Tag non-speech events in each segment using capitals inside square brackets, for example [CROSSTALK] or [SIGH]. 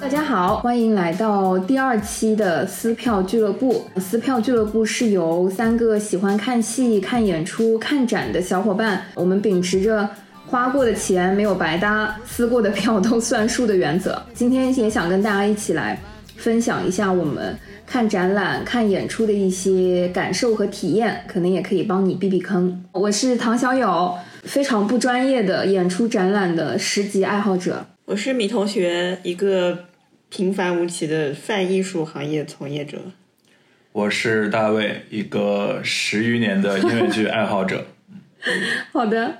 大家好，欢迎来到第二期的撕票俱乐部。撕票俱乐部是由三个喜欢看戏、看演出、看展的小伙伴，我们秉持着。花过的钱没有白搭，撕过的票都算数的原则。今天也想跟大家一起来分享一下我们看展览、看演出的一些感受和体验，可能也可以帮你避避坑。我是唐小友，非常不专业的演出展览的十级爱好者。我是米同学，一个平凡无奇的泛艺术行业从业者。我是大卫，一个十余年的音乐剧爱好者。 [LAUGHS] 好的，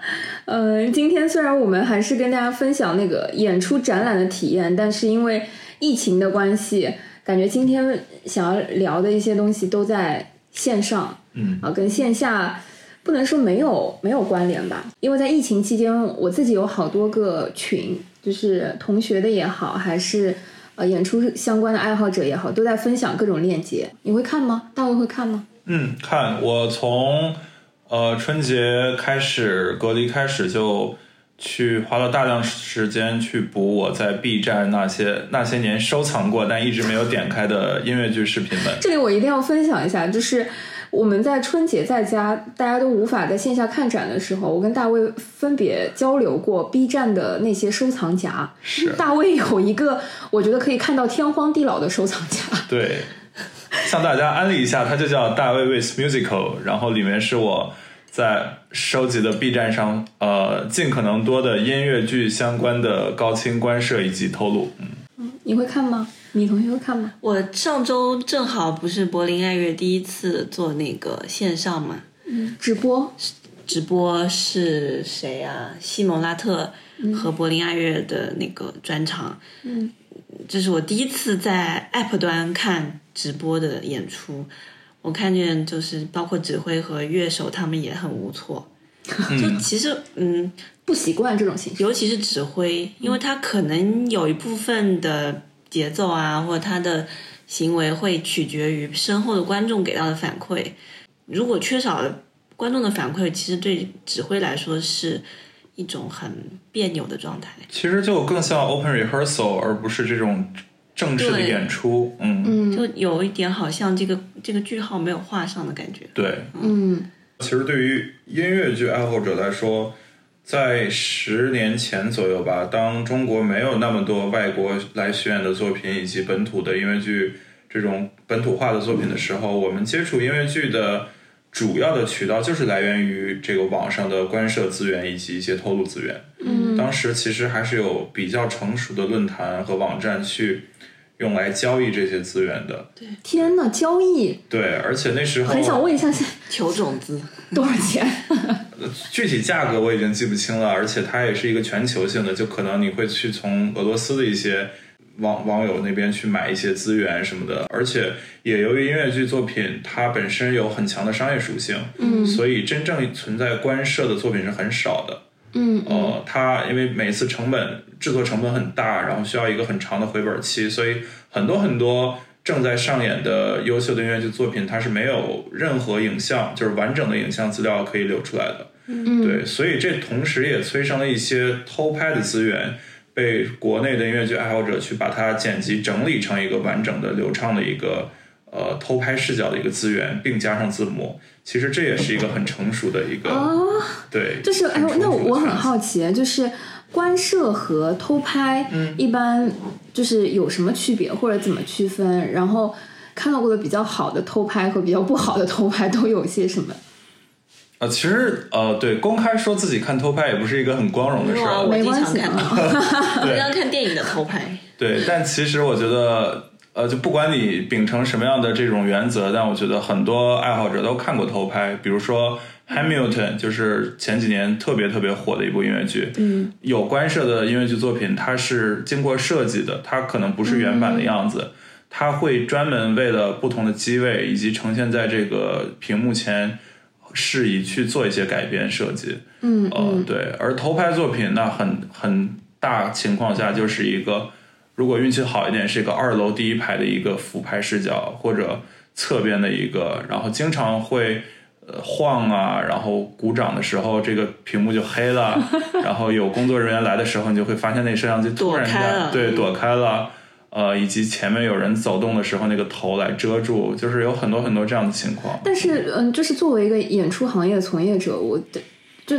呃，今天虽然我们还是跟大家分享那个演出展览的体验，但是因为疫情的关系，感觉今天想要聊的一些东西都在线上， [LAUGHS] 嗯啊，跟线下不能说没有没有关联吧，因为在疫情期间，我自己有好多个群，就是同学的也好，还是呃演出相关的爱好者也好，都在分享各种链接。你会看吗？大卫会看吗？嗯，看我从呃春节开始隔离开始就去花了大量时间去补我在 B 站那些那些年收藏过但一直没有点开的音乐剧视频们。这里我一定要分享一下，就是我们在春节在家，大家都无法在线下看展的时候，我跟大卫分别交流过 B 站的那些收藏夹。是大卫有一个我觉得可以看到天荒地老的收藏夹， [LAUGHS] 对，向大家安利一下，它就叫大卫 with musical，然后里面是我在收集的 B 站上呃尽可能多的音乐剧相关的高清观摄以及偷录。嗯，你会看吗？你同学会看吗？我上周正好不是柏林爱乐第一次做那个线上嘛，直播直播是谁啊？西蒙拉特和柏林爱乐的那个专场。嗯，这是我第一次在 App 端看直播的演出，我看见就是包括指挥和乐手他们也很无措。就其实，嗯，不习惯这种形式。尤其是指挥，因为他可能有一部分的节奏啊，或者他的行为会取决于身后的观众给到的反馈。如果缺少了观众的反馈，其实对指挥来说是一种很别扭的状态。其实就更像 open rehearsal，而不是这种正式的对演出。嗯，嗯就有一点好像这个这个句号没有画上的感觉。对。嗯，其实对于音乐剧爱好者来说，在十年前左右吧，当中国没有那么多外国来巡演的作品，以及本土的音乐剧这种本土化的作品的时候，我们接触音乐剧的主要的渠道就是来源于这个网上的观摄资源以及一些透露资源。嗯，当时其实还是有比较成熟的论坛和网站去用来交易这些资源的。天呐，交易对，而且那时候很想问一下是求种子，多少钱？具体价格我已经记不清了，而且它也是一个全球性的，就可能你会去从俄罗斯的一些网网友那边去买一些资源什么的，而且也由于音乐剧作品它本身有很强的商业属性，嗯所以真正存在官摄的作品是很少的。嗯呃，它因为每次成本制作成本很大，然后需要一个很长的回本期，所以很多很多正在上演的优秀的音乐剧作品，它是没有任何影像，就是完整的影像资料可以流出来的。嗯对，所以这同时也催生了一些偷拍的资源，被国内的音乐剧爱好者去把它剪辑整理成一个完整的、流畅的一个呃偷拍视角的一个资源，并加上字幕。其实这也是一个很成熟的一个、哦。对，就是哎，很成那熟的我很圈子好奇，就是官摄和偷拍，嗯一般就是有什么区别或者怎么区分？然后看到过的比较好的偷拍和比较不好的偷拍都有些什么？啊，其实呃，对，公开说自己看偷拍也不是一个很光荣的没事有啊 [LAUGHS] 儿我，没经关常系看啊， [LAUGHS] 我刚刚看电影的头 [LAUGHS] 牌，对，但其实我觉得，呃，就不管你秉承什么样的这种原则，但我觉得很多爱好者都看过偷拍，比如说《Hamilton》，就是前几年特别特别火的一部音乐剧。嗯，有关涉的音乐剧作品，它是经过设计的，它可能不是原版的样子。它会专门为了不同的机位以及呈现在这个屏幕前适宜去做一些改编设计。嗯呃，对。而头牌作品，那很很大情况下就是一个，如果运气好一点，是一个二楼第一排的一个俯拍视角，或者侧边的一个，然后经常会。呃晃啊，然后鼓掌的时候，这个屏幕就黑了。 [LAUGHS] 然后有工作人员来的时候，你就会发现那摄像机突然一躲开下了嗯对躲开了。呃，以及前面有人走动的时候那个头来遮住，就是有很多很多这样的情况。但是，嗯，就是作为一个演出行业从业者，我的就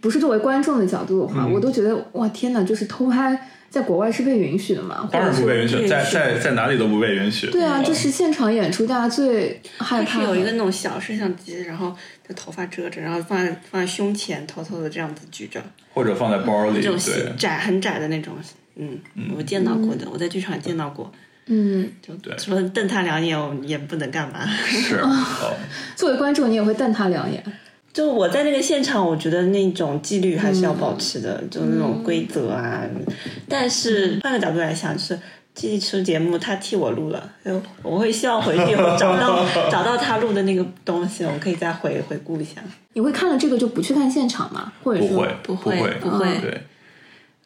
不是作为观众的角度的话，嗯我都觉得哇，天哪！就是偷拍在国外是被允许的嘛？当然不被允对许，在是在在哪里都不被允许。对啊，嗯就是现场演出，大家最害怕它是的有一个那种小摄像机，然后把头发遮着，然后放在放在胸前，偷偷的这样子举着，或者放在包里，这种细对，窄很窄的那种。嗯，我见到过的，我在剧场见到过。嗯，就除了瞪他两眼，我也不能干嘛。 [LAUGHS] 是。哦作为观众你也会瞪他两眼。就我在那个现场，我觉得那种纪律还是要保持的，就那种规则啊。但是换个角度来想，就是这一期节目他替我录了，就我会希望回去以后找到找到他录的那个东西，我可以再回回顾一下。你会看了这个就不去看现场吗？或者不说会，不会会，不会对。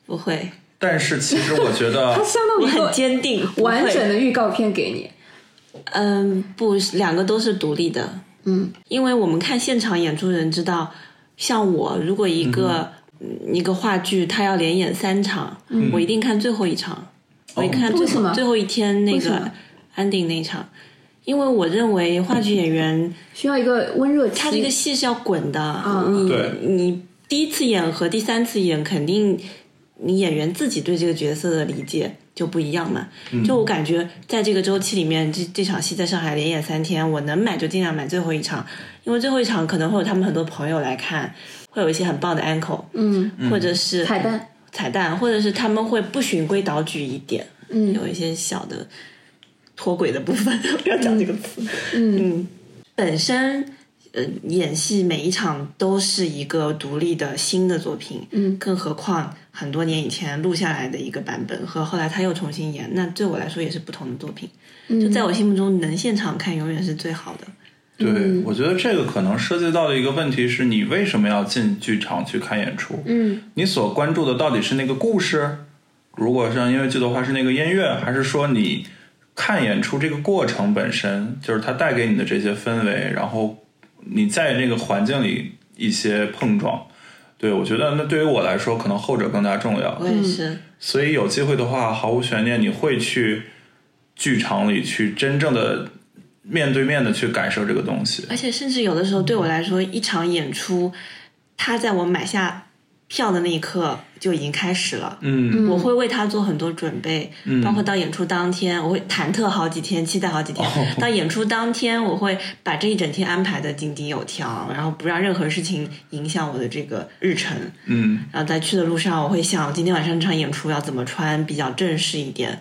不会，但是其实我觉得它，相当于我一很个坚定，不会完整。的预告片给你。嗯，不，两个都是独立的。嗯，因为我们看现场演出的人知道，像我如果一个、嗯一个话剧，他要连演三场，我一定看最后一场，我一定看最为什后么最后一天那为什个么 ending 那一场，因为我认为话剧演员需要一个温热期。他这个戏是要滚的，嗯你对你第一次演和第三次演肯定你演员自己对这个角色的理解就不一样嘛。嗯就我感觉在这个周期里面，这这场戏在上海连演三天，我能买就尽量买最后一场，因为最后一场可能会有他们很多朋友来看，会有一些很棒的 uncle，嗯或者是彩蛋，彩蛋，或者是他们会不循规蹈矩一点，嗯有一些小的脱轨的部分， [LAUGHS] 不要讲这个词。嗯本身，呃，演戏每一场都是一个独立的新的作品，嗯更何况很多年以前录下来的一个版本和后来他又重新演，那对我来说也是不同的作品。嗯就在我心目中，能现场看永远是最好的。对，我觉得这个可能涉及到的一个问题是你为什么要进剧场去看演出？嗯你所关注的到底是那个故事？如果是音乐剧的话，是那个音乐，还是说你看演出这个过程本身，就是它带给你的这些氛围，然后你在那个环境里一些碰撞？对，我觉得那对于我来说，可能后者更加重要我。也是，所以有机会的话，毫无悬念，你会去剧场里去真正的面对面的去感受这个东西。而且甚至有的时候对我来说，一场演出，他在我买下票的那一刻就已经开始了。嗯我会为他做很多准备，包括到演出当天，我会忐忑好几天，期待好几天。哦到演出当天，我会把这一整天安排的井井有条，然后不让任何事情影响我的这个日程。嗯，然后在去的路上，我会想今天晚上这场演出要怎么穿比较正式一点。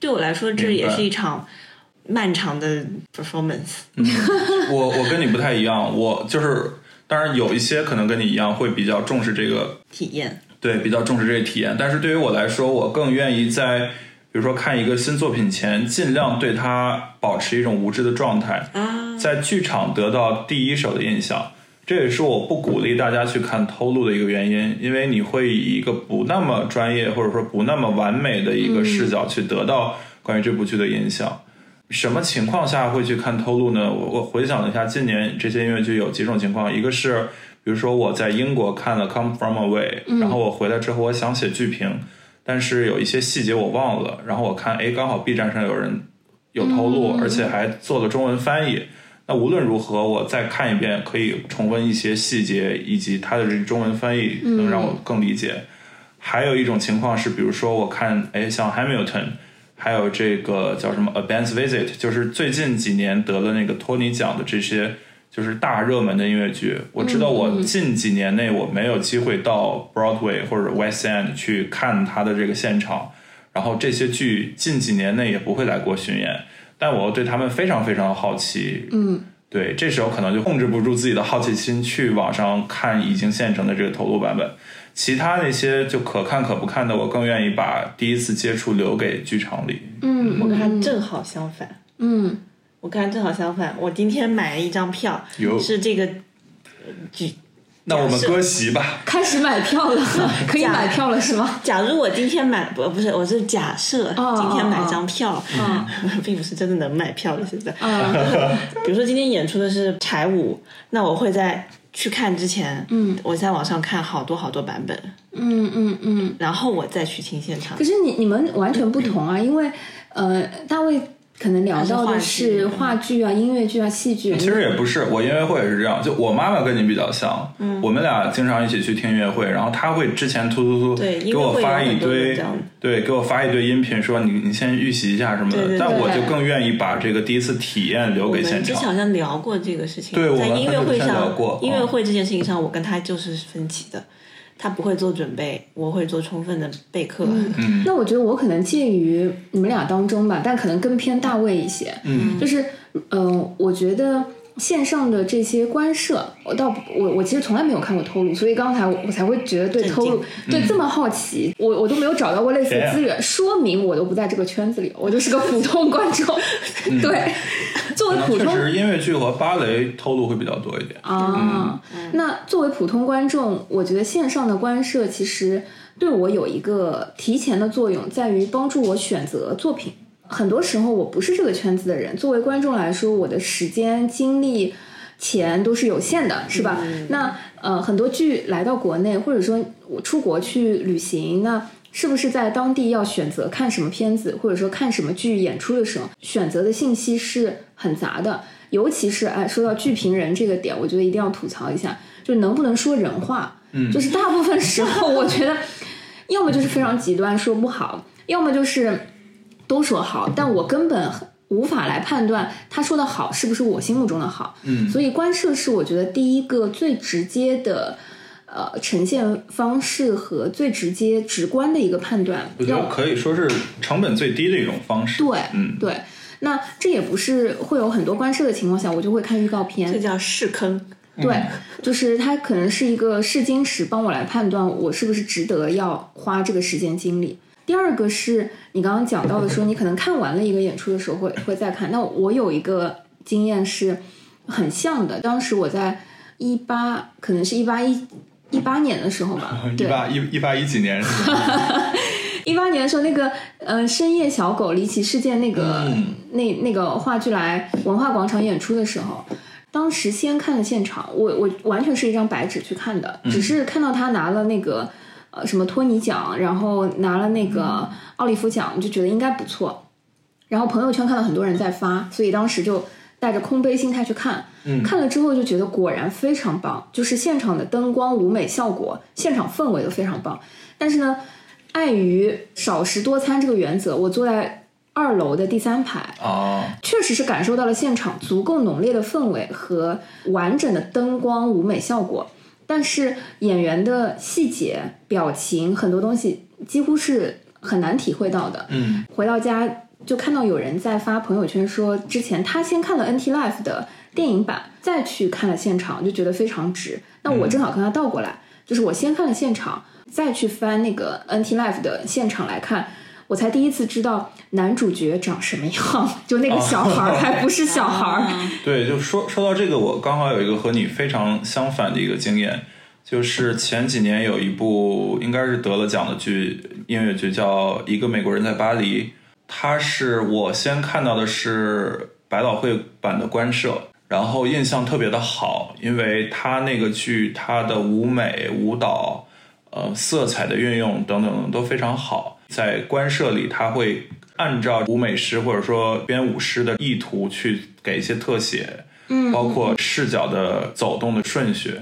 对我来说，这明也白是一场漫长的 performance。我我跟你不太一样，我就是当然有一些可能跟你一样会比较重视这个体验，对，比较重视这个体验。但是对于我来说，我更愿意在比如说看一个新作品前，尽量对它保持一种无知的状态，啊嗯在剧场得到第一手的印象。这也是我不鼓励大家去看偷录的一个原因，因为你会以一个不那么专业或者说不那么完美的一个视角去得到关于这部剧的印象。什么情况下会去看偷录呢？我我回想了一下，今年这些音乐剧有几种情况，一个是比如说我在英国看了《Come From Away》，然后我回来之后我想写剧评，但是有一些细节我忘了，然后我看哎，刚好 B 站上有人有透露，而且还做了中文翻译。那无论如何，我再看一遍，可以重温一些细节，以及它的这个中文翻译能让我更理解。还有一种情况是，比如说我看，哎，像 Hamilton，还有这个叫什么 Advance Visit，就是最近几年得了那个托尼奖的这些，就是大热门的音乐剧。我知道我近几年内我没有机会到 Broadway 或者 West End 去看它的这个现场，然后这些剧近几年内也不会来国巡演，但我又对他们非常非常好奇，嗯对，这时候可能就控制不住自己的好奇心，去网上看已经现成的这个投录版本。其他那些就可看可不看的，我更愿意把第一次接触留给剧场里。嗯，我跟他嗯正好相反。嗯我跟他正好相反，我今天买了一张票，有是这个那我们是割席吧。开始买票 [LAUGHS] 了，可以买票了是吗？假如我今天买不不是，我是假设哦今天买张票，哦 [LAUGHS] 并不是真的能买票了。现在， [LAUGHS] 嗯比如说今天演出的是柴舞，那我会在去看之前，嗯，我在网上看好多好多版本，嗯嗯嗯。然后我再去听现场可。是你你们完全不同啊，嗯因为呃，大卫可能聊到的是话剧啊、音乐剧啊、戏剧，其实也不是，我音乐会也是这样，就我妈妈跟你比较像，嗯，我们俩经常一起去听音乐会，然后她会之前突突突对给我发一音乐会有很多堆人这样，对，给我发一堆音频，说你你先预习一下什么的，对对对但我就更愿意把这个第一次体验留我给们现之前场好。像聊过这个事情，对我在们音乐会很久之前聊上过，嗯音乐会这件事情上，我跟他就是分歧的。他不会做准备，我会做充分的备课。嗯那我觉得我可能介于你们俩当中吧，但可能更偏大卫一些。嗯，就是呃，我觉得线上的这些官设，我倒我我其实从来没有看过偷录，所以刚才我我才会觉得对震偷录对这么好奇，我我都没有找到过类似嗯谁啊的呀资源，说明我都不在这个圈子里，我就是个普通观众。对， [LAUGHS] 作为那普嗯确通实音乐剧和芭蕾透露会比较多一点。啊，那作为普通观众，我觉得线上的观摄其实对我有一个提前的作用，在于帮助我选择作品。很多时候我不是这个圈子的人，作为观众来说，我的时间、精力、钱都是有限的，是吧？那呃，很多剧来到国内，或者说我出国去旅行，那是不是在当地要选择看什么片子，或者说看什么剧演出的时候，选择的信息是很杂的？尤其是哎，说到剧评人这个点，我觉得一定要吐槽一下，就能不能说人话？嗯，就是大部分时候，我 [LAUGHS] 觉得要么就是非常极端，说不好；要么就是都说好，但我根本无法来判断他说的好是不是我心目中的好。嗯，所以观摄是我觉得第一个最直接的。呃，呈现方式和最直接、直观的一个判断，我觉要得可以说是成本最低的一种方式。对，嗯，对。那这也不是会有很多观摄的情况下，我就会看预告片这，叫试坑。对，就是它可能是一个试金石，帮我来判断我是不是值得要花这个时间精力。第二个是你刚刚讲到的说，你可能看完了一个演出的时候会会再看。那我有一个经验是很像的，当时我在一八，可能是一八一一八年的时候吧 [LAUGHS] 对一，八一一八一几年 [LAUGHS] 是吧？一八年的时候，那个呃深夜小狗离奇事件那个、嗯那那个话剧来文化广场演出的时候，当时先看了现场，我我完全是一张白纸去看的，嗯只是看到他拿了那个呃什么托尼奖，然后拿了那个奥利弗奖，我就觉得应该不错。然后朋友圈看到很多人在发，所以当时就带着空杯心态去看。嗯看了之后就觉得果然非常棒，就是现场的灯光、舞美效果、现场氛围都非常棒。但是呢，碍于少食多餐这个原则，我坐在二楼的第三排，哦，确实是感受到了现场足够浓烈的氛围和完整的灯光舞美效果，但是演员的细节、表情很多东西几乎是很难体会到的。嗯，回到家就看到有人在发朋友圈说，之前他先看了 NT Life 的电影版，再去看了现场，就觉得非常值。那我正好跟他倒过来，就是我先看了现场，再去翻那个 NT Life 的现场来看。我才第一次知道男主角长什么样， [LAUGHS] 就那个小孩儿还不是小孩儿，哦对，就说说到这个，我刚好有一个和你非常相反的一个经验，就是前几年有一部应该是得了奖的剧，音乐剧叫《一个美国人在巴黎》，它是我先看到的是百老汇版的官舍，然后印象特别的好，因为它那个剧它的舞美、舞蹈、呃色彩的运用等等都非常好。在官舍里，它会按照舞美师或者说编舞师的意图去给一些特写，嗯，包括视角的走动的顺序。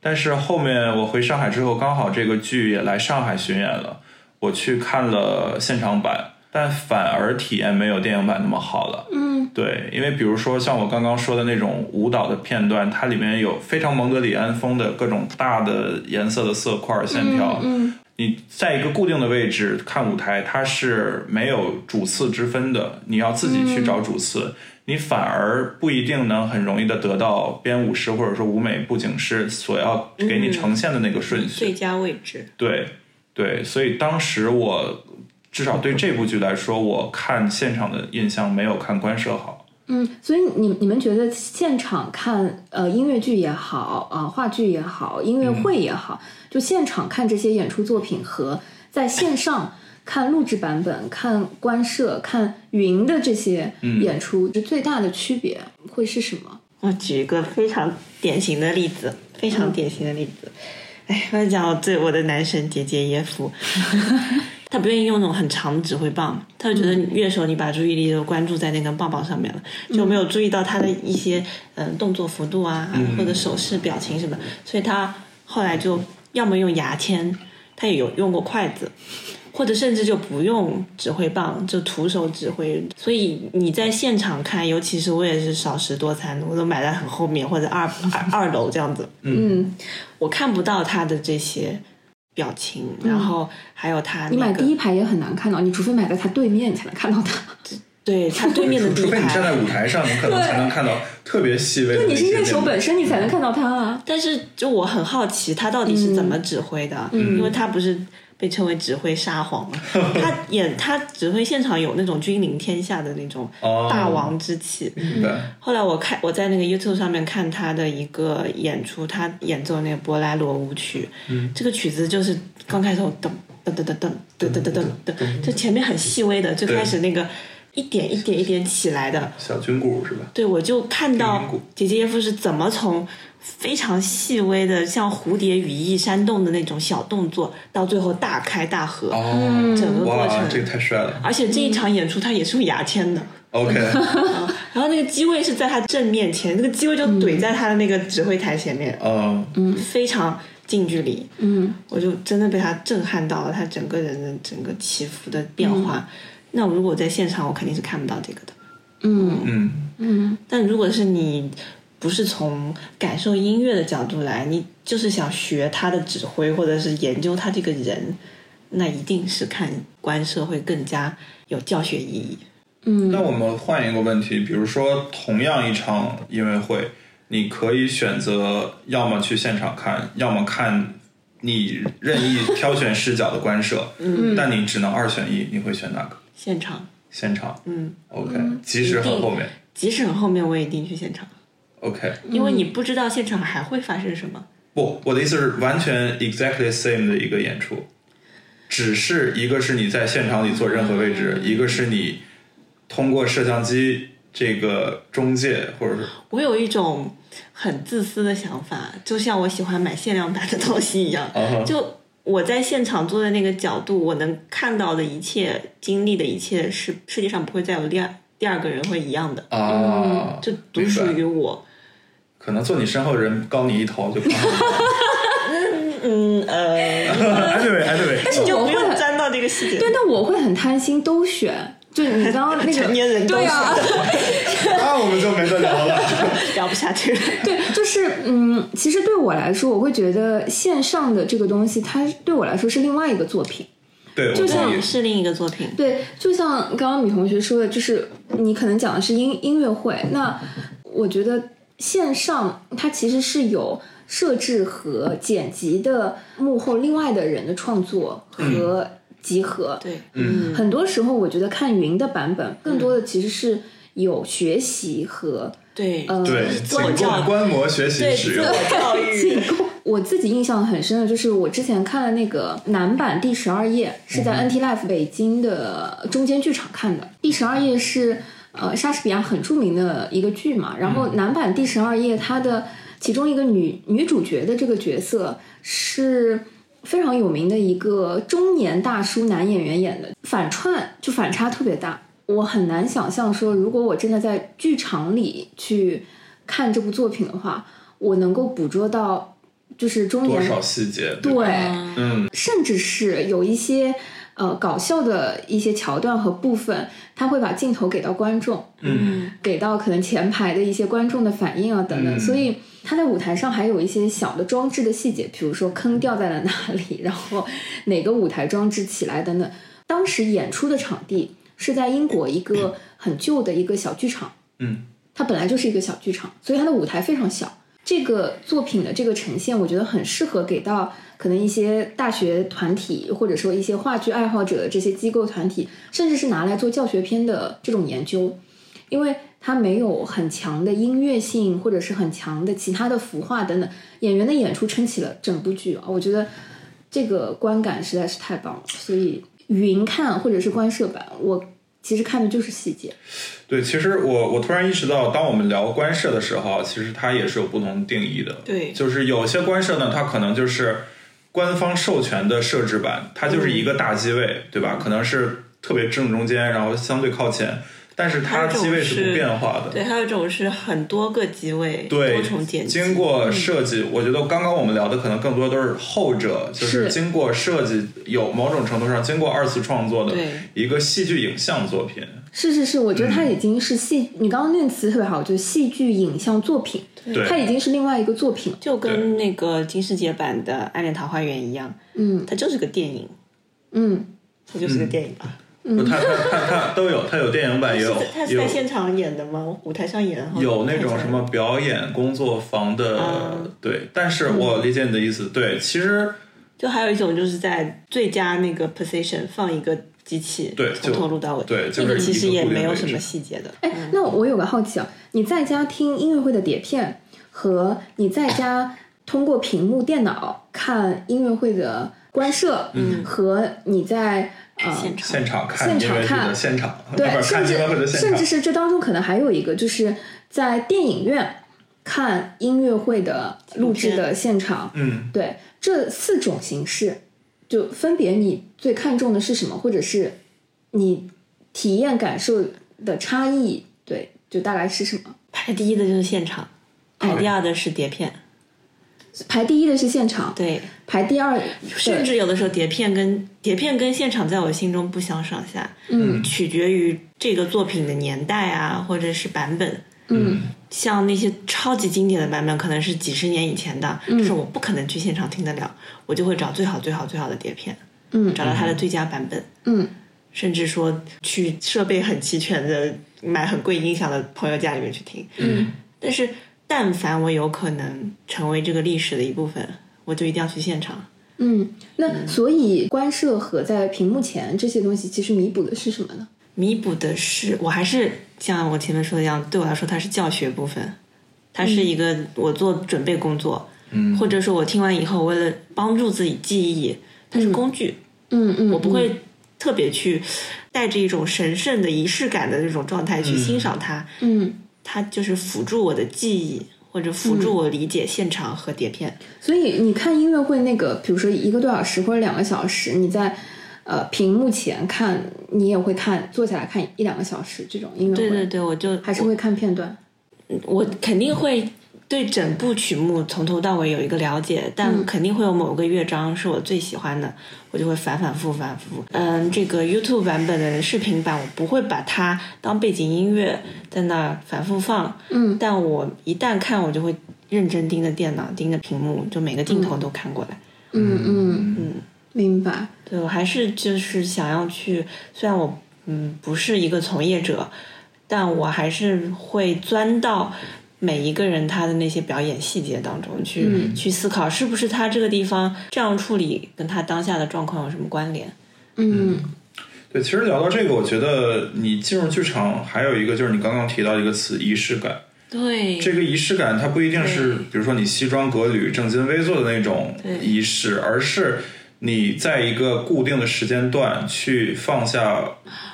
但是后面我回上海之后，刚好这个剧也来上海巡演了，我去看了现场版，但反而体验没有电影版那么好了。嗯，对，因为比如说像我刚刚说的那种舞蹈的片段，它里面有非常蒙德里安风的各种大的颜色的色块线条。嗯你在一个固定的位置看舞台，它是没有主次之分的，你要自己去找主次，你反而不一定能很容易的得到编舞师或者说舞美布景师所要给你呈现的那个顺序。最佳位置，嗯对对，所以当时我至少对这部剧来说，我看现场的印象没有看官摄好。嗯，所以你你们觉得现场看呃音乐剧也好啊、话剧也好，音乐会也好，就现场看这些演出作品和在线上看录制版本、看官摄、看云的这些演出，是最大的区别会是什么？我举一个非常典型的例子，非常典型的例子。哎，我讲我对我的男神杰杰耶夫，他不愿意用那种很长的指挥棒，他就觉得乐手你把注意力都关注在那根棒棒上面了，就没有注意到他的一些嗯、呃动作幅度啊，或者手势、表情什么，所以他后来就要么用牙签，他也有用过筷子，或者甚至就不用指挥棒，就徒手指挥。所以你在现场看，尤其是我也是少食多餐的，我都买在很后面或者二二二楼这样子。嗯，我看不到他的这些表情，然后还有他、那个、嗯你买第一排也很难看到，你除非买在他对面，你才能看到他。对他对 [LAUGHS] 面的第除一非你站排，在舞台上，你可能才能看到特别细微的对，那你些是变化。乐手本身，你才能看到他啊。但是就我很好奇他到底是嗯怎么指挥的，因为他不是被称为指挥沙皇嘛，他演他指挥现场有那种君临天下的那种哦霸王之气。明白，后来我看我在那个 YouTube 上面看他的一个演出，他演奏那个波拉罗舞曲，嗯这个曲子就是刚开始我噔噔噔噔噔噔噔噔噔噔，就前面很细微的，最开始那个一点一点一点起来的，小军鼓是吧？对我就看到名鼓姐姐耶夫是怎么从非常细微的像蝴蝶羽翼扇动的那种小动作，到最后大开大合，哦，整个过哇，程。这个太帅了。而且这一场演出，他也是用牙签的， OK， [LAUGHS] 然后那个机位是在他正面前，那个机位就怼在他的那个指挥台前面，嗯，非常近距离，嗯，我就真的被他震撼到了，他整个人的整个起伏的变化。那我如果在现场，我肯定是看不到这个的。嗯嗯，嗯但如果是你不是从感受音乐的角度来，你就是想学他的指挥，或者是研究他这个人，那一定是看观社会更加有教学意义。那嗯，我们换一个问题，比如说同样一场音乐会，你可以选择要么去现场看，要么看你任意挑选视角的观摄，嗯，但你只能二选一，你会选哪个？现场，现场嗯， ，OK，即时和后面即使很后面，我也一定去现场， ，OK。因为你嗯不知道现场还会发生什么。不，我的意思是完全 exactly same 的一个演出，只是一个是你在现场里坐任何位置，一个是你通过摄像机这个中介，或者是我有一种很自私的想法，就像我喜欢买限量版的东西一样，啊哈就我在现场坐在那个角度，我能看到的一切、经历的一切，是世界上不会再有第二第二个人会一样的，啊，就独属明白于我。可能坐你身后的人高你一头就。 [LAUGHS] 嗯呃， [LAUGHS] anyway anyway，我就不会用很沾到这个细节。对，但我会很贪心，都选。就是你刚刚那个成年人都对啊，那啊我们就没得聊了。聊不下去了。 [LAUGHS] 对， [LAUGHS] 就是嗯，其实对我来说，我会觉得线上的这个东西，它对我来说是另外一个作品。对，我就同像意。是另一个作品，对，就像刚刚米同学说的，就是你可能讲的是音音乐会，那我觉得线上它其实是有设置和剪辑的幕后另外的人的创作和集合。对，嗯很多时候我觉得看云的版本，更多的其实是有学习和对，呃对，自我仅教供育观摩学习对，使自用。我 [LAUGHS] 教育，我自己印象很深的就是我之前看的那个男版第十二页是在 NT Life 北京的中间剧场看的。第十二页是呃莎士比亚很著名的一个剧嘛，然后男版第十二页它的其中一个女女主角的这个角色是。非常有名的一个中年大叔男演员演的，反串就反差特别大。我很难想象说，如果我真的在剧场里去看这部作品的话，我能够捕捉到就是中多年少细节？对吧，对，嗯，甚至是有一些呃搞笑的一些桥段和部分，他会把镜头给到观众，嗯，给到可能前排的一些观众的反应啊等等，嗯所以他在舞台上还有一些小的装置的细节，比如说坑掉在了哪里， [LAUGHS] 然后哪个舞台装置起来等等。当时演出的场地是在英国一个很旧的一个小剧场，嗯，它本来就是一个小剧场，所以它的舞台非常小。这个作品的这个呈现，我觉得很适合给到可能一些大学团体，或者说一些话剧爱好者这些机构团体，甚至是拿来做教学片的这种研究。因为它没有很强的音乐性，或者是很强的其他的服化等等，演员的演出撑起了整部剧啊，我觉得这个观感实在是太棒了。所以云看或者是观摄版，我其实看的就是细节。对，其实我我突然意识到，当我们聊官摄的时候，其实它也是有不同定义的。对就是有些官摄呢，它可能就是官方授权的设置版，它就是一个大机位，对嗯吧？可能是特别正中间，然后相对靠前，但是还它有一种机位是不是变化的。对，还有一种是很多个机位，对多重剪，辑，嗯经过设计，我觉得刚刚我们聊的可能更多都是后者，就是是经过设计，有某种程度上经过二次创作的对一个戏剧影像作品。是是是，我觉得嗯它已经是戏，你刚刚那个词特别好，就是戏剧影像作品，对它已经是另外一个作品了。就跟那个金世杰版的《暗恋桃花源》一样，嗯它就是个电影，嗯，它就是个电影吧。不，它它它它都有，它有电影版，也有他也是有在现场演的吗？舞台上演？有那种什么表演工作坊的，嗯对。但是我理解你的意思，对，其实就还有一种就是在最佳那个 position 放一个机器，对从就头录到尾，对就那个是其一实个也固定没有位什置么细节的。嗯哎，那我有个好奇啊，你在家听音乐会的碟片和你在家通过屏幕电脑看音乐会的观摄，嗯，和你在呃现场现场看现音场乐剧的看现场，不对，是甚看至音乐会的现甚至场，是这当中可能还有一个，就是在电影院看音乐会的录制的现场，嗯，对，这四种形式，就分别你最看重的是什么，或者是你体验感受的差异，对，就大概是什么？排第一的就是现场，排第二的是碟片，排第一的是现场，对，排第二，甚对至有的时候碟片跟碟片跟现场在我心中不相上下，嗯取决于这个作品的年代啊，或者是版本。嗯像那些超级经典的版本，可能是几十年以前的，嗯这是我不可能去现场听得了，我就会找最好最好最好的碟片，嗯找到它的最佳版本，嗯甚至说去设备很齐全的、买很贵音响的朋友家里面去听。嗯，但是但凡我有可能成为这个历史的一部分，我就一定要去现场。嗯，那所以观摄和在屏幕前这些东西，其实弥补的是什么呢？弥补的是，我还是像我前面说的一样，对我来说它是教学部分，它是一个我做准备工作，嗯或者说我听完以后，为了帮助自己记忆，它是工具，嗯嗯，我不会特别去带着一种神圣的仪式感的那种状态去欣赏它，嗯。它就是辅助我的记忆。或者辅助我理解现场和碟片，所以你看音乐会那个，比如说一个多小时或者两个小时，你在呃屏幕前看，你也会看，坐下来看一两个小时这种音乐会，对对对，我就还是会看片段。嗯我肯定会对整部曲目从头到尾有一个了解，但肯定会有某个乐章是我最喜欢的，我就会反反复反复。嗯，这个 YouTube 版本的视频版，我不会把它当背景音乐在那儿反复放。嗯，但我一旦看，我就会认真盯着电脑，盯着屏幕，就每个镜头都看过来。嗯嗯嗯，明白。对我还是就是想要去，虽然我嗯不是一个从业者，但我还是会钻到每一个人他的那些表演细节当中去、去思考，是不是他这个地方这样处理跟他当下的状况有什么关联？嗯对，其实聊到这个，我觉得你进入剧场还有一个就是你刚刚提到一个词仪式感。对这个仪式感，它不一定是比如说你西装革履、正襟危坐的那种仪式，而是你在一个固定的时间段去放下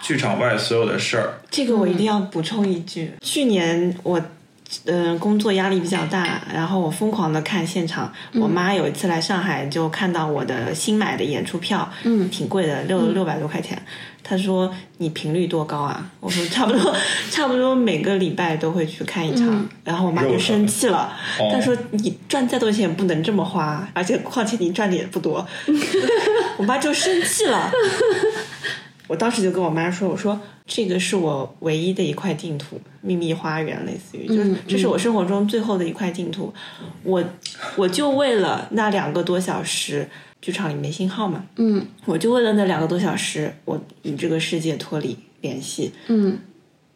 剧场外所有的事儿。这个我一定要补充一句，去年我。嗯、工作压力比较大，然后我疯狂的看现场。嗯我妈有一次来上海，就看到我的新买的演出票，嗯挺贵的，六六百多块钱。她说：“你频率多高啊？”我 [LAUGHS] 说：“差不多，差不多每个礼拜都会去看一场。嗯然后我妈就生气了，肉她疼说：“你赚再多钱也不能这么花，而且况且你赚的也不多。”我妈就生气了。 [LAUGHS] 我当时就跟我妈说：“我说这个是我唯一的一块净土，秘密花园，类似于嗯就是这是我生活中最后的一块净土。我我就为了那两个多小时，剧场里没信号嘛，嗯我就为了那两个多小时，我与这个世界脱离联系，嗯，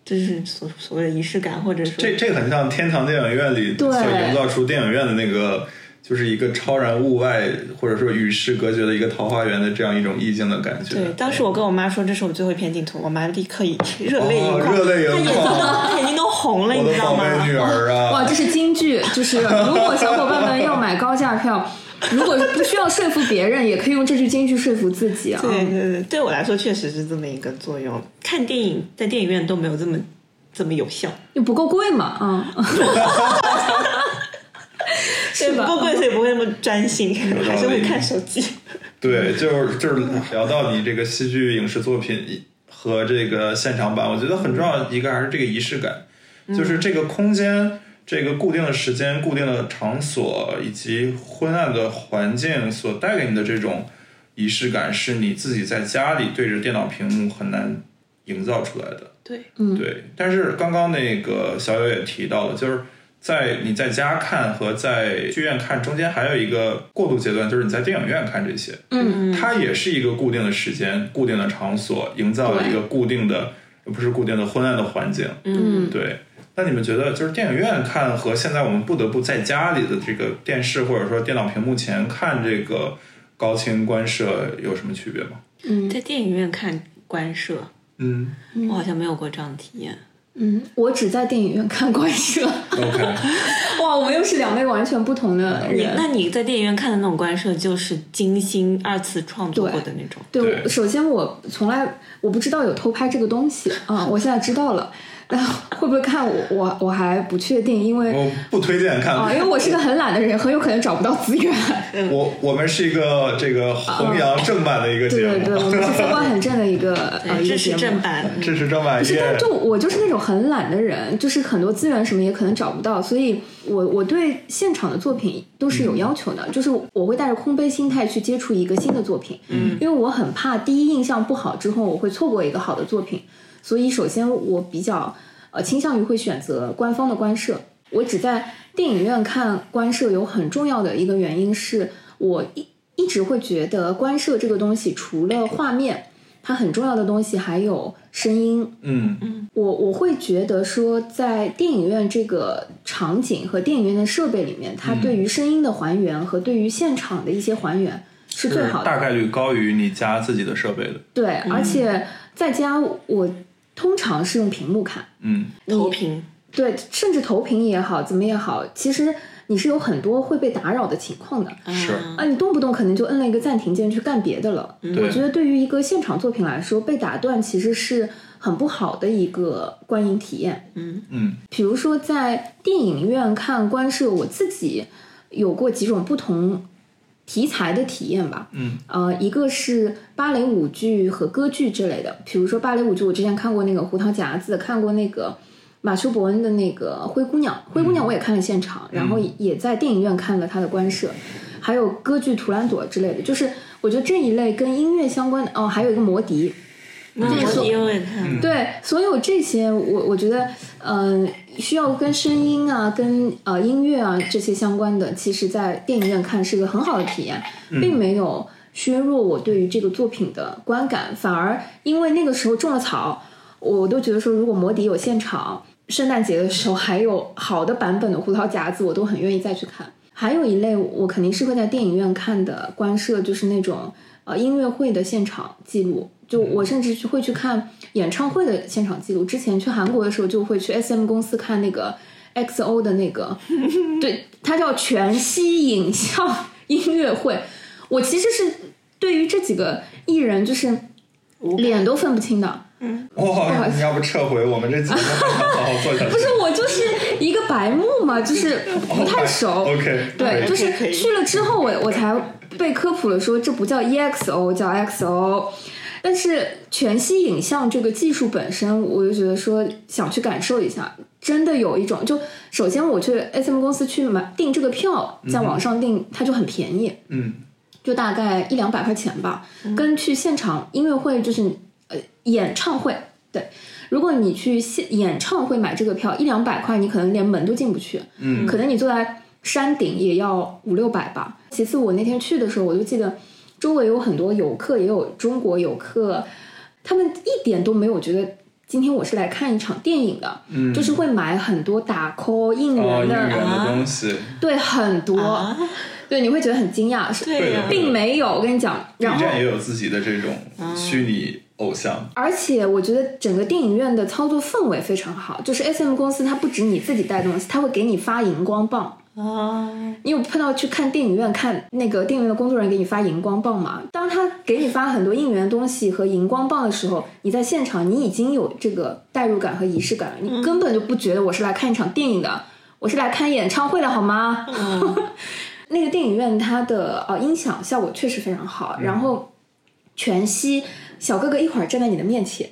这是所所谓的仪式感，或者说这这很像天堂电影院里对所营造出电影院的那个，就是一个超然物外或者说与世隔绝的一个桃花源的这样一种意境的感觉。对，当时我跟我妈说这是我最后一片净土，我妈立刻以热泪盈眶，哦热泪盈她眼睛都眶她眼睛都红了，我你的知道宝吗？ [LAUGHS] 哦贝女儿哇，啊！这是京剧，就是如果小伙伴们要买高价票，如果不需要说服别人，也可以用这句金句说服自己啊。嗯对对对，对我来说确实是这么一个作用。看电影在电影院都没有这么这么有效，又不够贵嘛，啊、对嗯吧不够贵，所以不会那么专心，道理 [LAUGHS] 还是会看手机。对，就是就是聊到你这个戏剧影视作品和这个现场版，我觉得很重要一个还是这个仪式感，就是这个空间、这个固定的时间、固定的场所以及昏暗的环境所带给你的这种仪式感，是你自己在家里对着电脑屏幕很难营造出来的。对，对，但是刚刚那个小友也提到了，就是在你在家看和在剧院看中间还有一个过渡阶段，就是你在电影院看这些，嗯，它也是一个固定的时间、固定的场所，营造一个固定的，不是固定的昏暗的环境，嗯，对。那你们觉得，就是电影院看和现在我们不得不在家里的这个电视或者说电脑屏幕前看这个高清官摄有什么区别吗？在电影院看官摄，嗯我好像没有过这样的体验。嗯，我只在电影院看怪兽。 ，OK， [LAUGHS] 哇，我们又是两位完全不同的你人。那你在电影院看的那种官摄，就是精心二次创作对过的那种。对，对我首先我从来我不知道有偷拍这个东西啊、我现在知道了，但会不会看我我我还不确定，因为我不推荐看。啊、 [LAUGHS] 因为我是个很懒的人，很有可能找不到资源。我我们是一个这个弘扬正版的一个对节目，啊对对，我们是三观很正的一个呃一这个节是目。正版， [LAUGHS] 支持正版是，业但。就我就是那种很懒的人，就是很多资源什么也可能找不到，所以我我对现场的作品都是有要求的，就是我会带着空杯心态去接触一个新的作品，嗯，因为我很怕第一印象不好之后我会错过一个好的作品，所以首先我比较呃倾向于会选择官方的官摄，我只在电影院看官摄有很重要的一个原因是我一一直会觉得官摄这个东西除了画面。它很重要的东西还有声音，嗯，我我会觉得说，在电影院这个场景和电影院的设备里面，它对嗯于声音的还原和对于现场的一些还原是最好的。大概嗯率高于你家自己的设备的。对，而且在家我通常是用屏幕看，嗯，投屏。对，甚至投屏也好，怎么也好，其实你是有很多会被打扰的情况的。是嗯啊，你动不动可能就摁了一个暂停键去干别的了。我觉嗯对得对于一个现场作品来说，被打断其实是很不好的一个观影体验。嗯比如说在电影院看官摄，我自己有过几种不同题材的体验吧。嗯，呃，一个是芭蕾舞剧和歌剧之类的，比如说芭蕾舞剧，我之前看过那个《胡桃夹子》，看过那个马修·伯恩的那个《灰姑娘》，《灰姑娘》我也看了现场，然后也在电影院看了他的官摄，还有歌剧《图兰朵》之类的，就是我觉得这一类跟音乐相关的哦，还有一个魔笛，那这是我因为看，对，所有这些，我我觉得，嗯、需要跟声音啊、跟呃音乐啊这些相关的，其实，在电影院看是一个很好的体验，并没有削弱我对于这个作品的观感，反而因为那个时候种了草，我都觉得说，如果魔笛有现场，圣诞节的时候还有好的版本的《胡桃夹子》，我都很愿意再去看。还有一类，我肯定是会在电影院看的官摄，就是那种呃音乐会的现场记录。就我甚至去会去看演唱会的现场记录。之前去韩国的时候，就会去 S M 公司看那个 X O 的那个，对，它叫全息影像音乐会。我其实是对于这几个艺人，就是脸都分不清的。哇，你要不撤回我们这节目，好好做下去不。是我就是一个白目嘛，就是不太 [LAUGHS] 熟。 OK，对， OK 就是可以去了之后我，我才被科普了说这不叫 EXO，叫 XO。但是全息影像这个技术本身，我就觉得说想去感受一下，真的有一种就首先我去 SM 公司去买订这个票，在网上订、它就很便宜，嗯就大概一两百块钱吧，跟去现场音乐会就是呃演唱会，对，如果你去现演唱会买这个票一两百块，你可能连门都进不去，嗯可能你坐在山顶也要五六百吧。其次，我那天去的时候，我就记得周围有很多游客，也有中国游客，他们一点都没有觉得。今天我是来看一场电影的，嗯，就是会买很多打 call 应哦，援应的，啊援的东西，对，很多，啊，对，你会觉得很惊讶，对啊呀、并没有，我跟你讲， B 然后啊站也有自己的这种虚拟偶像。而且我觉得整个电影院的操作氛围非常好，就是 S M 公司它不止你自己带东西，它会给你发荧光棒，哦，你有碰到去看电影院看那个电影院的工作人员给你发荧光棒吗？当他给你发很多应援的东西和荧光棒的时候，你在现场你已经有这个代入感和仪式感了，嗯你根本就不觉得我是来看一场电影的，我是来看演唱会的好吗？嗯 [LAUGHS] 那个电影院它的呃音响效果确实非常嗯好，然后全息小哥哥一会儿站在你的面前，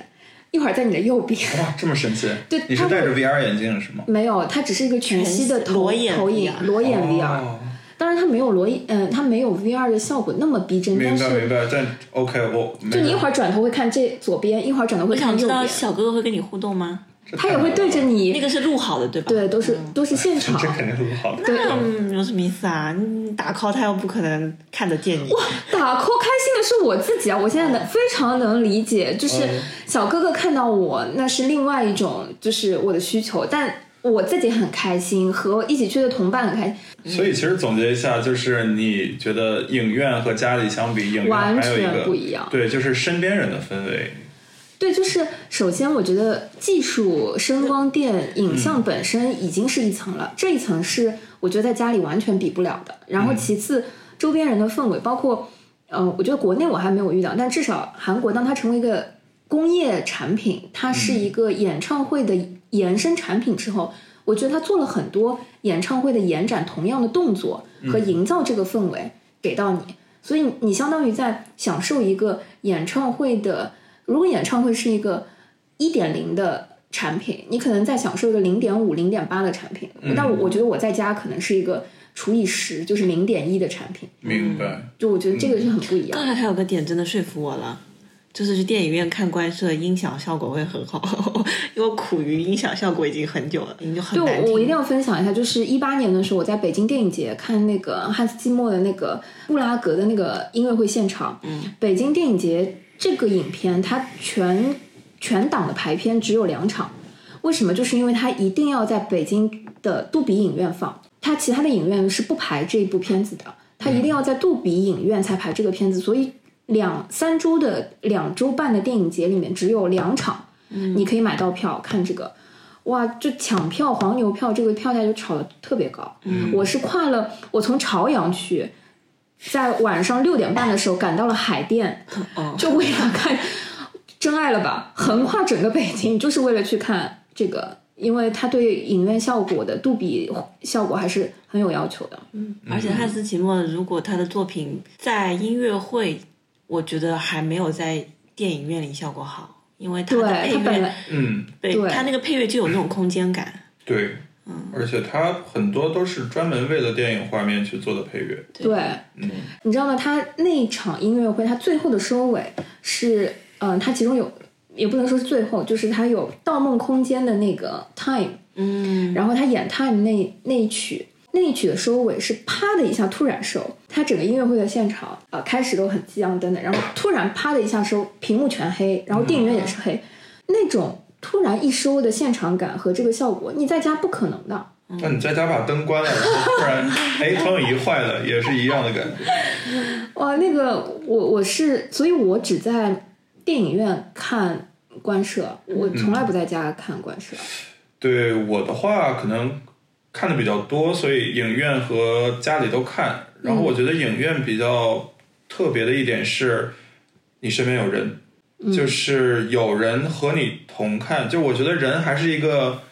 一会儿在你的右边， [LAUGHS] 哇，这么神奇！对你是它会戴着 VR 眼镜是吗？没有，它只是一个全息的全息投裸眼投影 VR 裸眼啊 VR，、哦当然它没有裸眼，嗯、它没有 VR 的效果那么逼真，但明白明是白，但 OK，我就你一会儿，儿转头会看这左边，一会儿转头会我想看知右道边，小哥哥会跟你互动吗？这它太也会对着好了，你，呃那个是嗯录好的对吧？对，都是、都是现场。 [LAUGHS] 这肯定录好的。对嗯，有什么意思啊？你打 call 他又不可能看得见你。打 call 开心的是我自己啊！我现在嗯能非常能理解，就是嗯小哥哥看到我，那是另外一种，就是我的需求，但我自己很开心，和一起去的同伴很开心，所以其实总结一下，就是你觉得影院和家里相比，影院完还有一全个不一样。对，就是身边人的氛围。对，就是首先，我觉得技术、声光电、影像本身已经是一层了，这一层是我觉得在家里完全比不了的。然后其次，周边人的氛围，包括，呃，我觉得国内我还没有遇到，但至少韩国，当它成为一个工业产品，它是一个演唱会的延伸产品之后，我觉得它做了很多演唱会的延展同样的动作和营造这个氛围给到你，所以你相当于在享受一个演唱会的。如果演唱会是一个一点零的产品，你可能在享受一个零点五、零点八的产品。但我我觉得我在家可能是一个除以十，就是零点一的产品。明白，就我觉得这个是很不一样刚的。才他有个点真的说服我了，就是去电影院看官摄音响效果会很好， [LAUGHS] 因为我苦于音响效果已经很久了，已经很难哦对，我我一定听。要分享一下，就是一八年的时候，我在北京电影节看那个汉斯季默的那个布拉格的那个音乐会现场。嗯，北京电影节这个影片，它全全档的排片只有两场，为什么？就是因为它一定要在北京的杜比影院放，它其他的影院是不排这一部片子的，它一定要在杜比影院才排这个片子，所以两三周的两周半的电影节里面只有两场，嗯你可以买到票看这个。哇，就抢票黄牛票，这个票价就炒得特别高。我是跨了，我从朝阳区，在晚上六点半的时候赶到了海淀，哦，就为了看《真爱了吧》，横跨整个北京，就是为了去看这个，因为它对影院效果的杜比效果还是很有要求的。而且汉斯奇莫如果他的作品在音乐会，我觉得还没有在电影院里效果好，因为他的对，配它本乐来，嗯，对对他那个配乐就有那种空间感。对，而且它很多都是专门为了电影画面去做的配乐。对，嗯你知道吗？他那一场音乐会，他最后的收尾是，嗯、呃，他其中有也不能说是最后，就是他有《盗梦空间》的那个 Time，嗯，然后他演 Time 那那一曲，那一曲的收尾是啪的一下突然收，他整个音乐会的现场啊、呃开始都很激昂等等，然后突然啪的一下收，屏幕全黑，然后电影院也是黑，那种突然一收的现场感和这个效果，你在家不可能的。那你在家把灯关了，然后突然，哎，投影仪坏了，也是一样的感觉。哇，那个我我是，所以我只在电影院看官摄，我从来不在家看官摄。对我的话，可能看的比较多，所以影院和家里都看。然后我觉得影院比较特别的一点是，你身边有人，就是有人和你同看。就我觉得人还是一个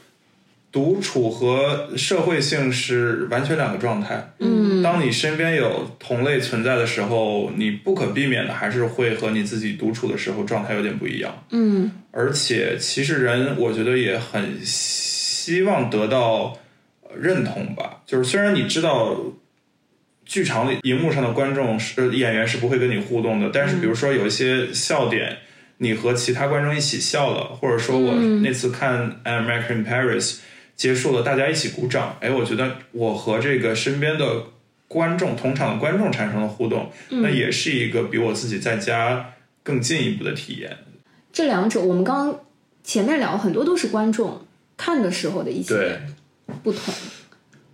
独处和社会性是完全两个状态。嗯当你身边有同类存在的时候，你不可避免的还是会和你自己独处的时候状态有点不一样。嗯而且其实人我觉得也很希望得到呃认同吧，就是虽然你知道。剧场里荧幕上的观众是呃演员是不会跟你互动的，但是比如说有一些笑点，你和其他观众一起笑了，或者说我那次看《American Paris》结束了，大家一起鼓掌，哎，我觉得我和这个身边的观众同场的观众产生了互动，那也是一个比我自己在家更进一步的体验。这两者我们刚刚前面聊很多都是观众看的时候的一些不同。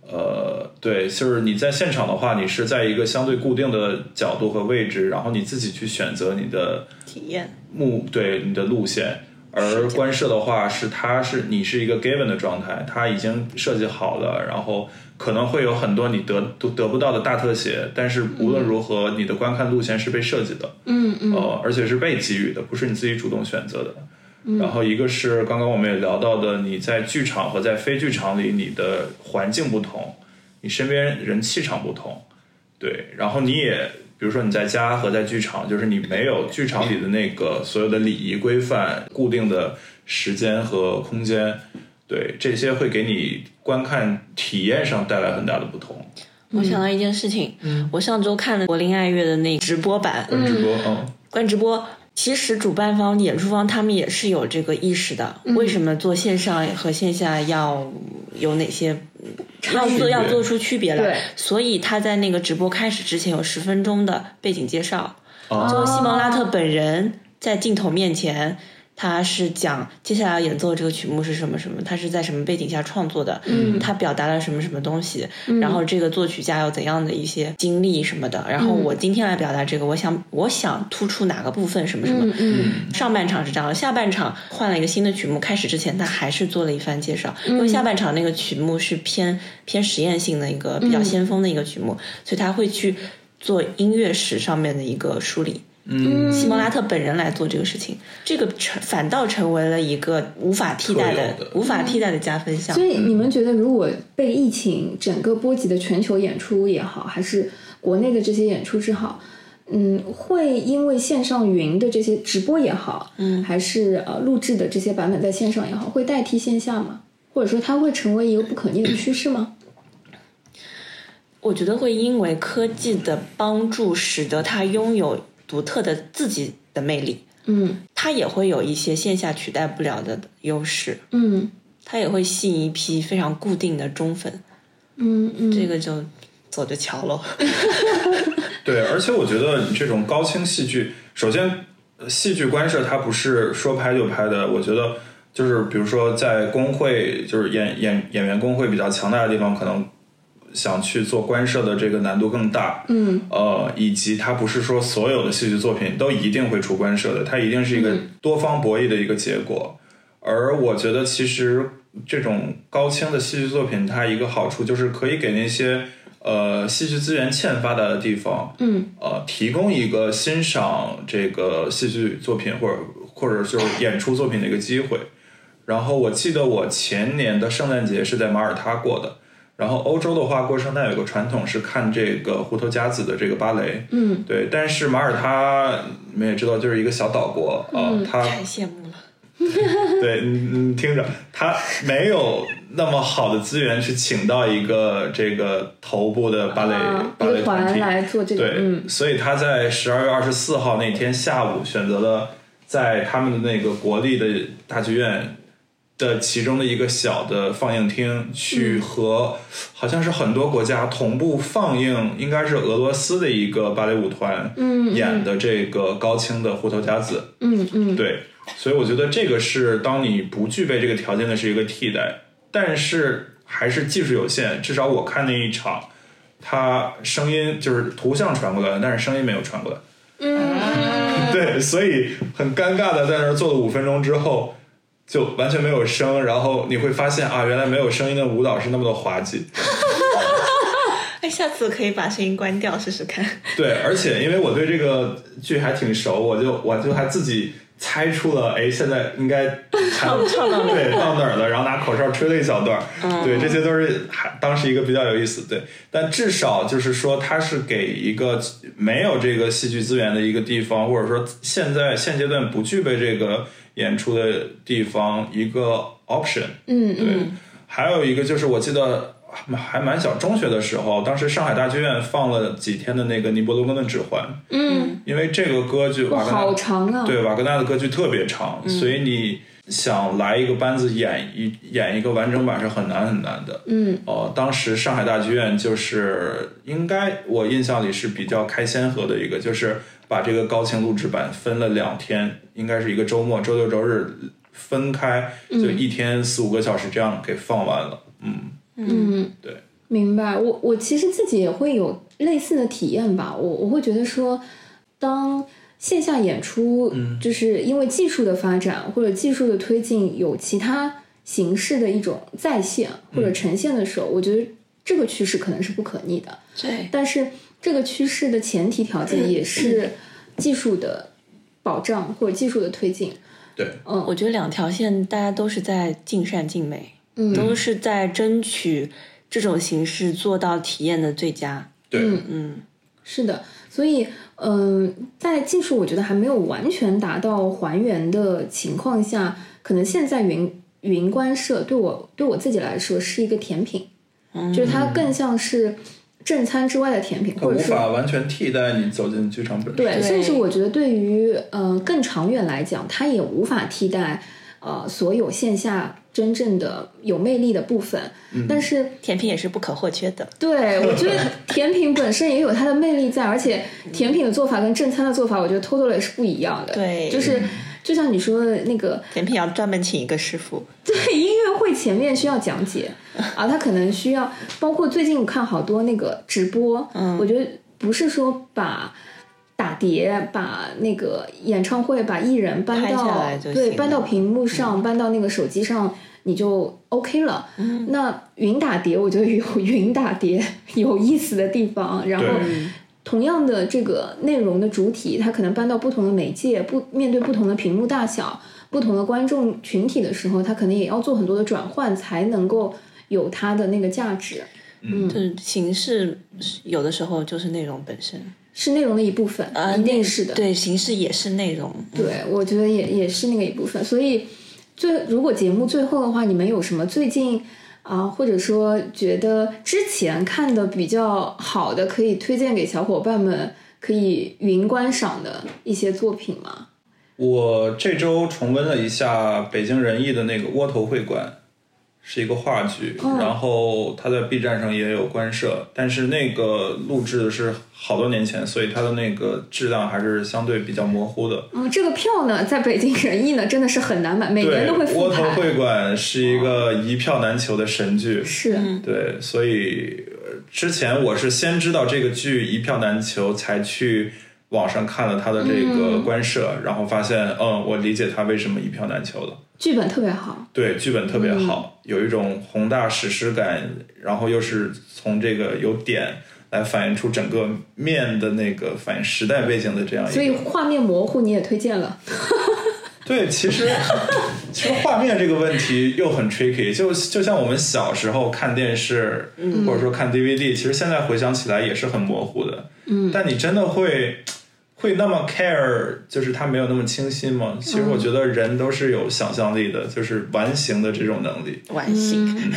呃，对，就是你在现场的话，你是在一个相对固定的角度和位置，然后你自己去选择你的体验。目对你的路线。而官设的话是它是你是一个 given 的状态，它已经设计好了，然后可能会有很多你得都得不到的大特写，但是无论如何，你的观看路线是被设计的，嗯嗯呃，而且是被给予的，不是你自己主动选择的。然后一个是刚刚我们也聊到的，你在剧场和在非剧场里，你的环境不同，你身边人气场不同，对。然后你也，比如说你在家和在剧场，就是你没有剧场里的那个所有的礼仪规范、固定的时间和空间，对这些会给你观看体验上带来很大的不同。嗯我想到一件事情，我上周看了柏林爱乐的那直播版，关直播，嗯，关直播。其实主办方、演出方他们也是有这个意识的，为什么做线上和线下要有哪些要做要做出区别对来？所以他在那个直播开始之前有十分钟的背景介绍，哦西蒙拉特本人在镜头面前，他是讲接下来要演奏这个曲目是什么什么，他是在什么背景下创作的，嗯，他表达了什么什么东西，嗯然后这个作曲家有怎样的一些经历什么的，然后我今天来表达这个，我想我想突出哪个部分什么什么，嗯嗯上半场是这样，下半场换了一个新的曲目，开始之前他还是做了一番介绍，嗯因为下半场那个曲目是偏偏实验性的一个嗯比较先锋的一个曲目，所以他会去做音乐史上面的一个梳理。嗯，希蒙拉特本人来做这个事情，这个成反倒成为了一个无法替代的特有的无法替代的加分项所。以你们觉得，如果被疫情整个波及的全球演出也好，还是国内的这些演出之好，嗯，会因为线上云的这些直播也好，嗯，还是呃录制的这些版本在线上也好，会代替线下吗？或者说它会成为一个不可逆的趋势吗？我觉得会因为科技的帮助，使得它拥有独特的自己的魅力，嗯它也会有一些线下取代不了的优势，嗯它也会吸引一批非常固定的忠粉。嗯嗯，这个就走着瞧喽。对，而且我觉得你这种高清戏剧，首先呃戏剧官设它不是说拍就拍的，我觉得就是比如说在工会，就是演演演员工会比较强大的地方，可能想去做官设的这个难度更大。嗯呃，以及它不是说所有的戏剧作品都一定会出官设的，它一定是一个多方博弈的一个结果。而我觉得，其实这种高清的戏剧作品，它一个好处就是可以给那些呃戏剧资源欠发达的地方，嗯，呃，提供一个欣赏这个戏剧作品或者或者就是演出作品的一个机会。然后我记得我前年的圣诞节是在马耳他过的。然后欧洲的话，过圣诞有个传统是看这个胡头夹子的这个芭蕾，嗯，对。但是马耳他你们也知道，就是一个小岛国啊、[LAUGHS] 呃它太羡慕了。对你，你听着，他没有那么好的资源去请到一个这个头部的芭蕾、啊，芭蕾乐团团体，来做这个，对，嗯所以他在十二月二十四号那天下午选择了在他们的那个国立的大剧院的其中的一个小的放映厅去和、好像是很多国家同步放映，应该是俄罗斯的一个芭蕾舞团嗯演的这个高清的《胡头夹子》嗯嗯，对，所以我觉得这个是当你不具备这个条件的是一个替代，但是还是技术有限。至少我看那一场，它声音就是图像传过来了，但是声音没有传过来。嗯， [LAUGHS] 对，所以很尴尬的在那儿坐了五分钟之后。就完全没有声，然后你会发现啊，原来没有声音的舞蹈是那么的滑稽。哎，下次可以把声音关掉试试看。对，而且因为我对这个剧还挺熟，我就我就还自己猜出了，哎，现在应该唱 [LAUGHS] 唱到哪儿嗯对到哪儿了，然后拿口哨吹了一小段儿，对，这些都是还当时一个比较有意思，对，但至少就是说，它是给一个没有这个戏剧资源的一个地方，或者说现在现阶段不具备这个演出的地方一个 option，嗯对，还有一个就是我记得还还蛮小，中学的时候，当时上海大剧院放了几天的那个尼伯罗根的《指环》，嗯，因为这个歌剧哇，瓦格好纳长啊，对瓦格纳的歌剧特别嗯长，所以你想来一个班子演一演一个完整版是很难很难的。嗯哦，当时上海大剧院就是应该我印象里是比较开先河的一个，就是把这个高清录制版分了两天，应该是一个周末，周六周日分开，就一天四五个小时这样给放完了。嗯，嗯，对，明白。我我其实自己也会有类似的体验吧。我我会觉得说，当线下演出，就是因为技术的发展或者技术的推进，有其他形式的一种再现或者呈现的时候，我觉得这个趋势可能是不可逆的。对，但是这个趋势的前提条件也是技术的保障或者技术的推进。对，我觉得两条线大家都是在尽善尽美，嗯都是在争取这种形式做到体验的最佳。对，嗯嗯，是的，所以嗯、在技术我觉得还没有完全达到还原的情况下，可能现在云云观社对我对我自己来说是一个甜品，就是它更像是正餐之外的甜品，它或无者说法完全替代你走进剧场本身。对，对甚至我觉得对于呃更长远来讲，它也无法替代呃所有线下真正的有魅力的部分。嗯但是甜品也是不可或缺的。对我觉得甜品本身也有它的魅力在，而且甜品的做法跟正餐的做法，我觉得 totally 是不一样的。对就是就像你说的那个，甜品要专门请一个师傅。对音乐会前面需要讲 [LAUGHS] 解啊，他可能需要，包括最近我看好多那个直播，嗯，我觉得不是说把打碟、把那个演唱会、把艺人搬拍下到来就对行搬到了嗯屏幕上、搬到那个手机上。你就 OK 了。嗯那云打碟，我觉得有云打碟有意思的地方。然后对同样的这个内容的主体，它可能搬到不同的媒介，不面对不同的屏幕大小、不同的观众群体的时候，它可能也要做很多的转换，才能够有它的那个价值，就是形式有的时候就是内容本身，是内容的一部分，呃，一定内是的。对，形式也是内容。对，我觉得也也是那个一部分。所以最如果节目最后的话，你们有什么最近啊、或者说觉得之前看的比较好的，可以推荐给小伙伴们可以云观赏的一些作品吗？我这周重温了一下北京人艺的那个《窝头会馆》，是一个话剧，嗯然后它在 B 站上也有官设，但是那个录制的是好多年前，所以它的那个质量还是相对比较模糊的。嗯，这个票呢，在北京人艺呢，真的是很难买，每年对，都会《复窝头牌。会馆》是一个一票难求的神剧，是，对，所以呃之前我是先知道这个剧一票难求，才去网上看了它的这个嗯官设，然后发现，嗯，我理解它为什么一票难求了。剧本特别好。对，剧本特别嗯好，有一种宏大史诗感，然后又是从这个有点来反映出整个面的那个反映时代背景的这样一个。所以画面模糊你也推荐了，对，其 [LAUGHS] 实其实画面这个问题又很 tricky，就就像我们小时候看电视，嗯或者说看 DVD，其实现在回想起来也是很模糊的。嗯，但你真的会会那么 care，就是它没有那么清晰吗？其嗯实我觉得人都是有想象力的，就是完形的这种能力。完形，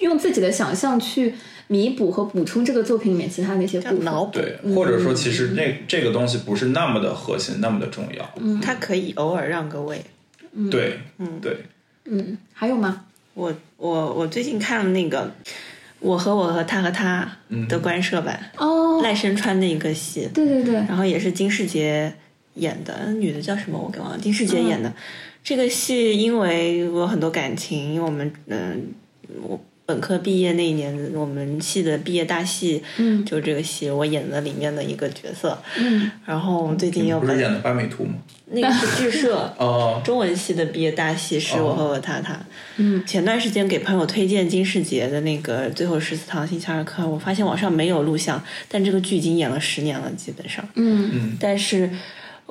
用自己的想象去弥补和补充这个作品里面其他的一些要部分。脑补，对，嗯或者说其实那这个东西不是那么的核心，那么的重要。嗯它可以偶尔让个位。对，对，嗯，还有吗？我我我最近看了那个《我和我和他和他》的官设版，哦，赖声川的一个戏，对对对，然后也是金世杰演的，嗯女的叫什么我给忘了，金世嗯杰演的。这个戏因为我有很多感情，因为我们嗯、我本科毕业那一年，我们系的毕业大戏，嗯就这个戏我演了里面的一个角色。嗯，然后我最近你又不把是演的八美图吗？。那个是剧社 [LAUGHS] 哦、中文系的毕业大戏是我和我他他，嗯，前段时间给朋友推荐金世杰的那个《最后十四堂星期二课》，我发现网上没有录像，但这个剧已经演了十年了，基本上，嗯但是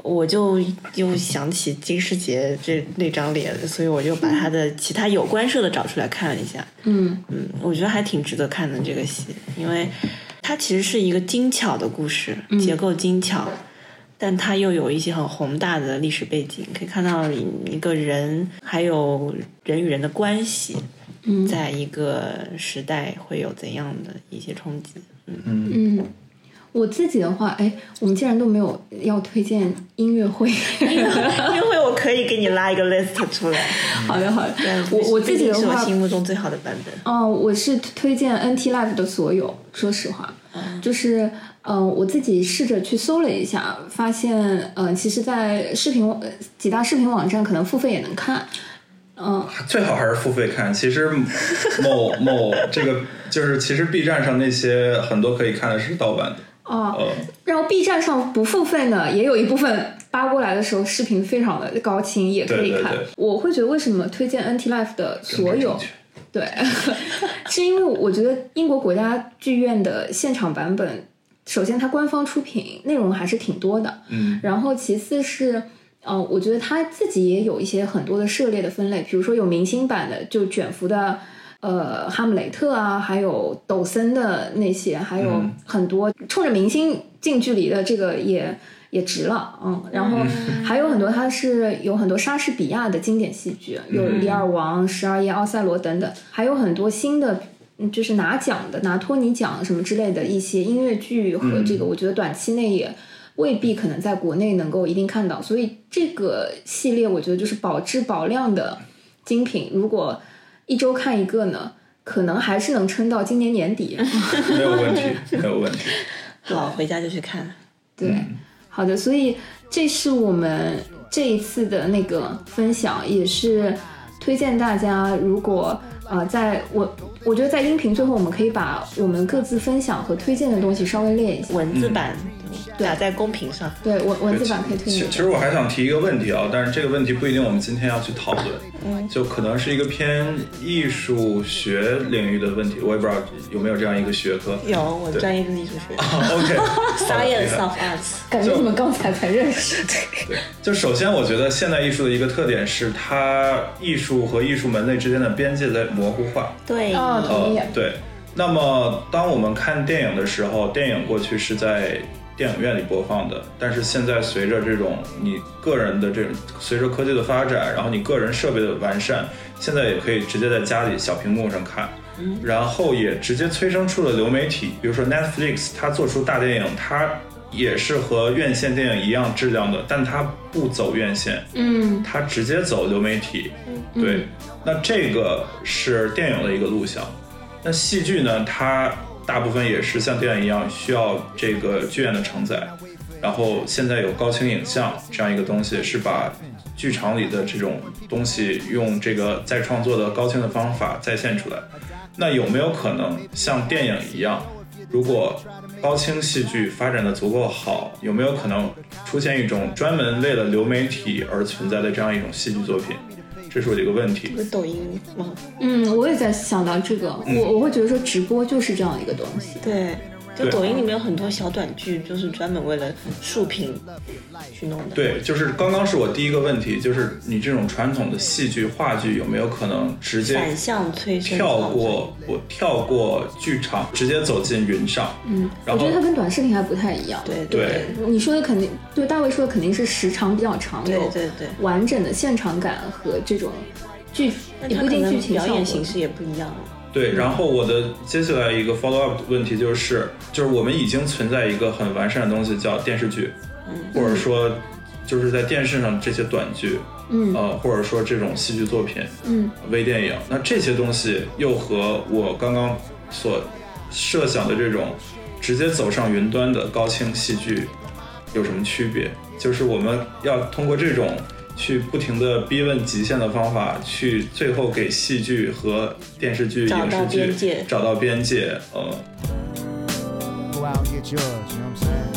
我就又想起金世杰这那张脸，所以我就把他的其他有关社的找出来看了一下。嗯嗯，我觉得还挺值得看的这个戏，因为它其实是一个精巧的故事，嗯结构精巧，但它又有一些很宏大的历史背景，可以看到一个人还有人与人的关系，嗯在一个时代会有怎样的一些冲击。 [LAUGHS] 嗯，我自己的话，哎，我们竟然都没有要推荐音乐会。因为我可以给你拉一个 list 出来。 [LAUGHS] 好的好的对，我我自己的毕竟是我话，心目中最好的版本。哦，我是推荐 NT Live 的所有，说实话，就是呃，我自己试着去搜了一下，发现呃，其实，在视频网呃几大视频网站可能付费也能看，最好还是付费看。其 [LAUGHS] 实某某这个就是，其实 B 站上那些很多可以看的是盗版的。哦，呃，然后 B 站上不付费呢，也有一部分扒过来的时候，视频非常的高清，也可以对对看。对我会觉得为什么推荐 NT Life 的所有正确 [LAUGHS] 对，是因为我觉得英国国家剧院的现场版本，首先它官方出品内容还是挺多的，嗯，然后其次是。呃，我觉得它自己也有一些很多的涉猎的分类，比如说有明星版的，就卷福的，呃，哈姆雷特啊，还有抖森的那些，还有嗯很多冲着明星近距离的，这个也也值了，嗯。然后还有很多它是有很多莎士比亚的经典戏剧，有《李尔王》《十二夜》《奥赛罗》等等，还有很多新的。嗯就是拿奖的，拿托尼奖什么之类的一些音乐剧和这个，我觉得短期内也未必可能在国内能够一定看到，所以这个系列我觉得就是保质保量的精品。如果一周看一个呢，可能还是能撑到今年年 [LAUGHS] 底。没有 [LAUGHS] 问题，没有问题。嗯好，回家就去看了。对，好的，所以这是我们这一次的那个分享，也是推荐大家，如果呃，在我我觉得在音频最后，我们可以把我们各自分享和推荐的东西稍微列一下。文嗯字版打在公屏上，对文文字版可以推其荐其。实我还想提一个问题啊，但是这个问题不一定我们今天要去讨嗯论，就可能是一个偏艺术学领域的问题，我也不知道有没有这样一个学 [LAUGHS] 科。有我专业就是艺术学哦，Science OK，science of Arts。感觉你们刚才才认识，对，就首先我觉得现代艺术的一个特点是它艺术和艺术门类之间的边界在模糊化。对， [LAUGHS] 哦，同意呃，，对。那么，当我们看电影的时候，电影过去是在电影院里播放的，但是现在随着这种你个人的这种，随着科技的发展，然后你个人设备的完善，现在也可以直接在家里小屏幕上看。然后也直接催生出了流媒体，比如说 Netflix，它做出大电影，它也是和院线电影一样质量的，但它不走院线，嗯，它直接走流媒体。对，那这个是电影的一个路线。那戏剧呢，它大部分也是像电影一样需要这个剧院的承载，然后现在有高清影像这样一个东西，是把剧场里的这种东西用这个再创作的高清的方法再现出来。那有没有可能像电影一样，如果高清戏剧发展的足够好，有没有可能出现一种专门为了流媒体而存在的这样一种戏剧作品？这是我的一个问题不。是抖音哦吗？嗯，我也在想到这个，我我会觉得说直播就是这样一个东西。对，就对抖音里面有很多小短剧，就是专门为了竖屏去弄的。对，就是刚刚是我第一个问题，就是你这种传统的戏剧、话剧有没有可能直接反向催生跳创作过我跳过剧场，直接走进云上？嗯，然我觉后得它跟短视频还不太一样。对对你说的肯定，对大卫说的肯定是时长比较长，对有对对完整的现场感和这种剧，那也它不一可定剧能情表效果演形式也不一样了。对，然后我的接下来一个 follow up 的问题就是，就是我们已经存在一个很完善的东西叫电视剧，嗯或者说就是在电视上这些短剧，嗯呃，或者说这种戏剧作品，嗯，微电影，那这些东西又和我刚刚所设想的这种直接走上云端的高清戏剧有什么区别？就是我们要通过这种去不停的逼问极限的方法，去最后给戏剧和电视剧、找影到视边界剧找到边界。呃， Go out and get yours, you know what I'm saying? [LAUGHS]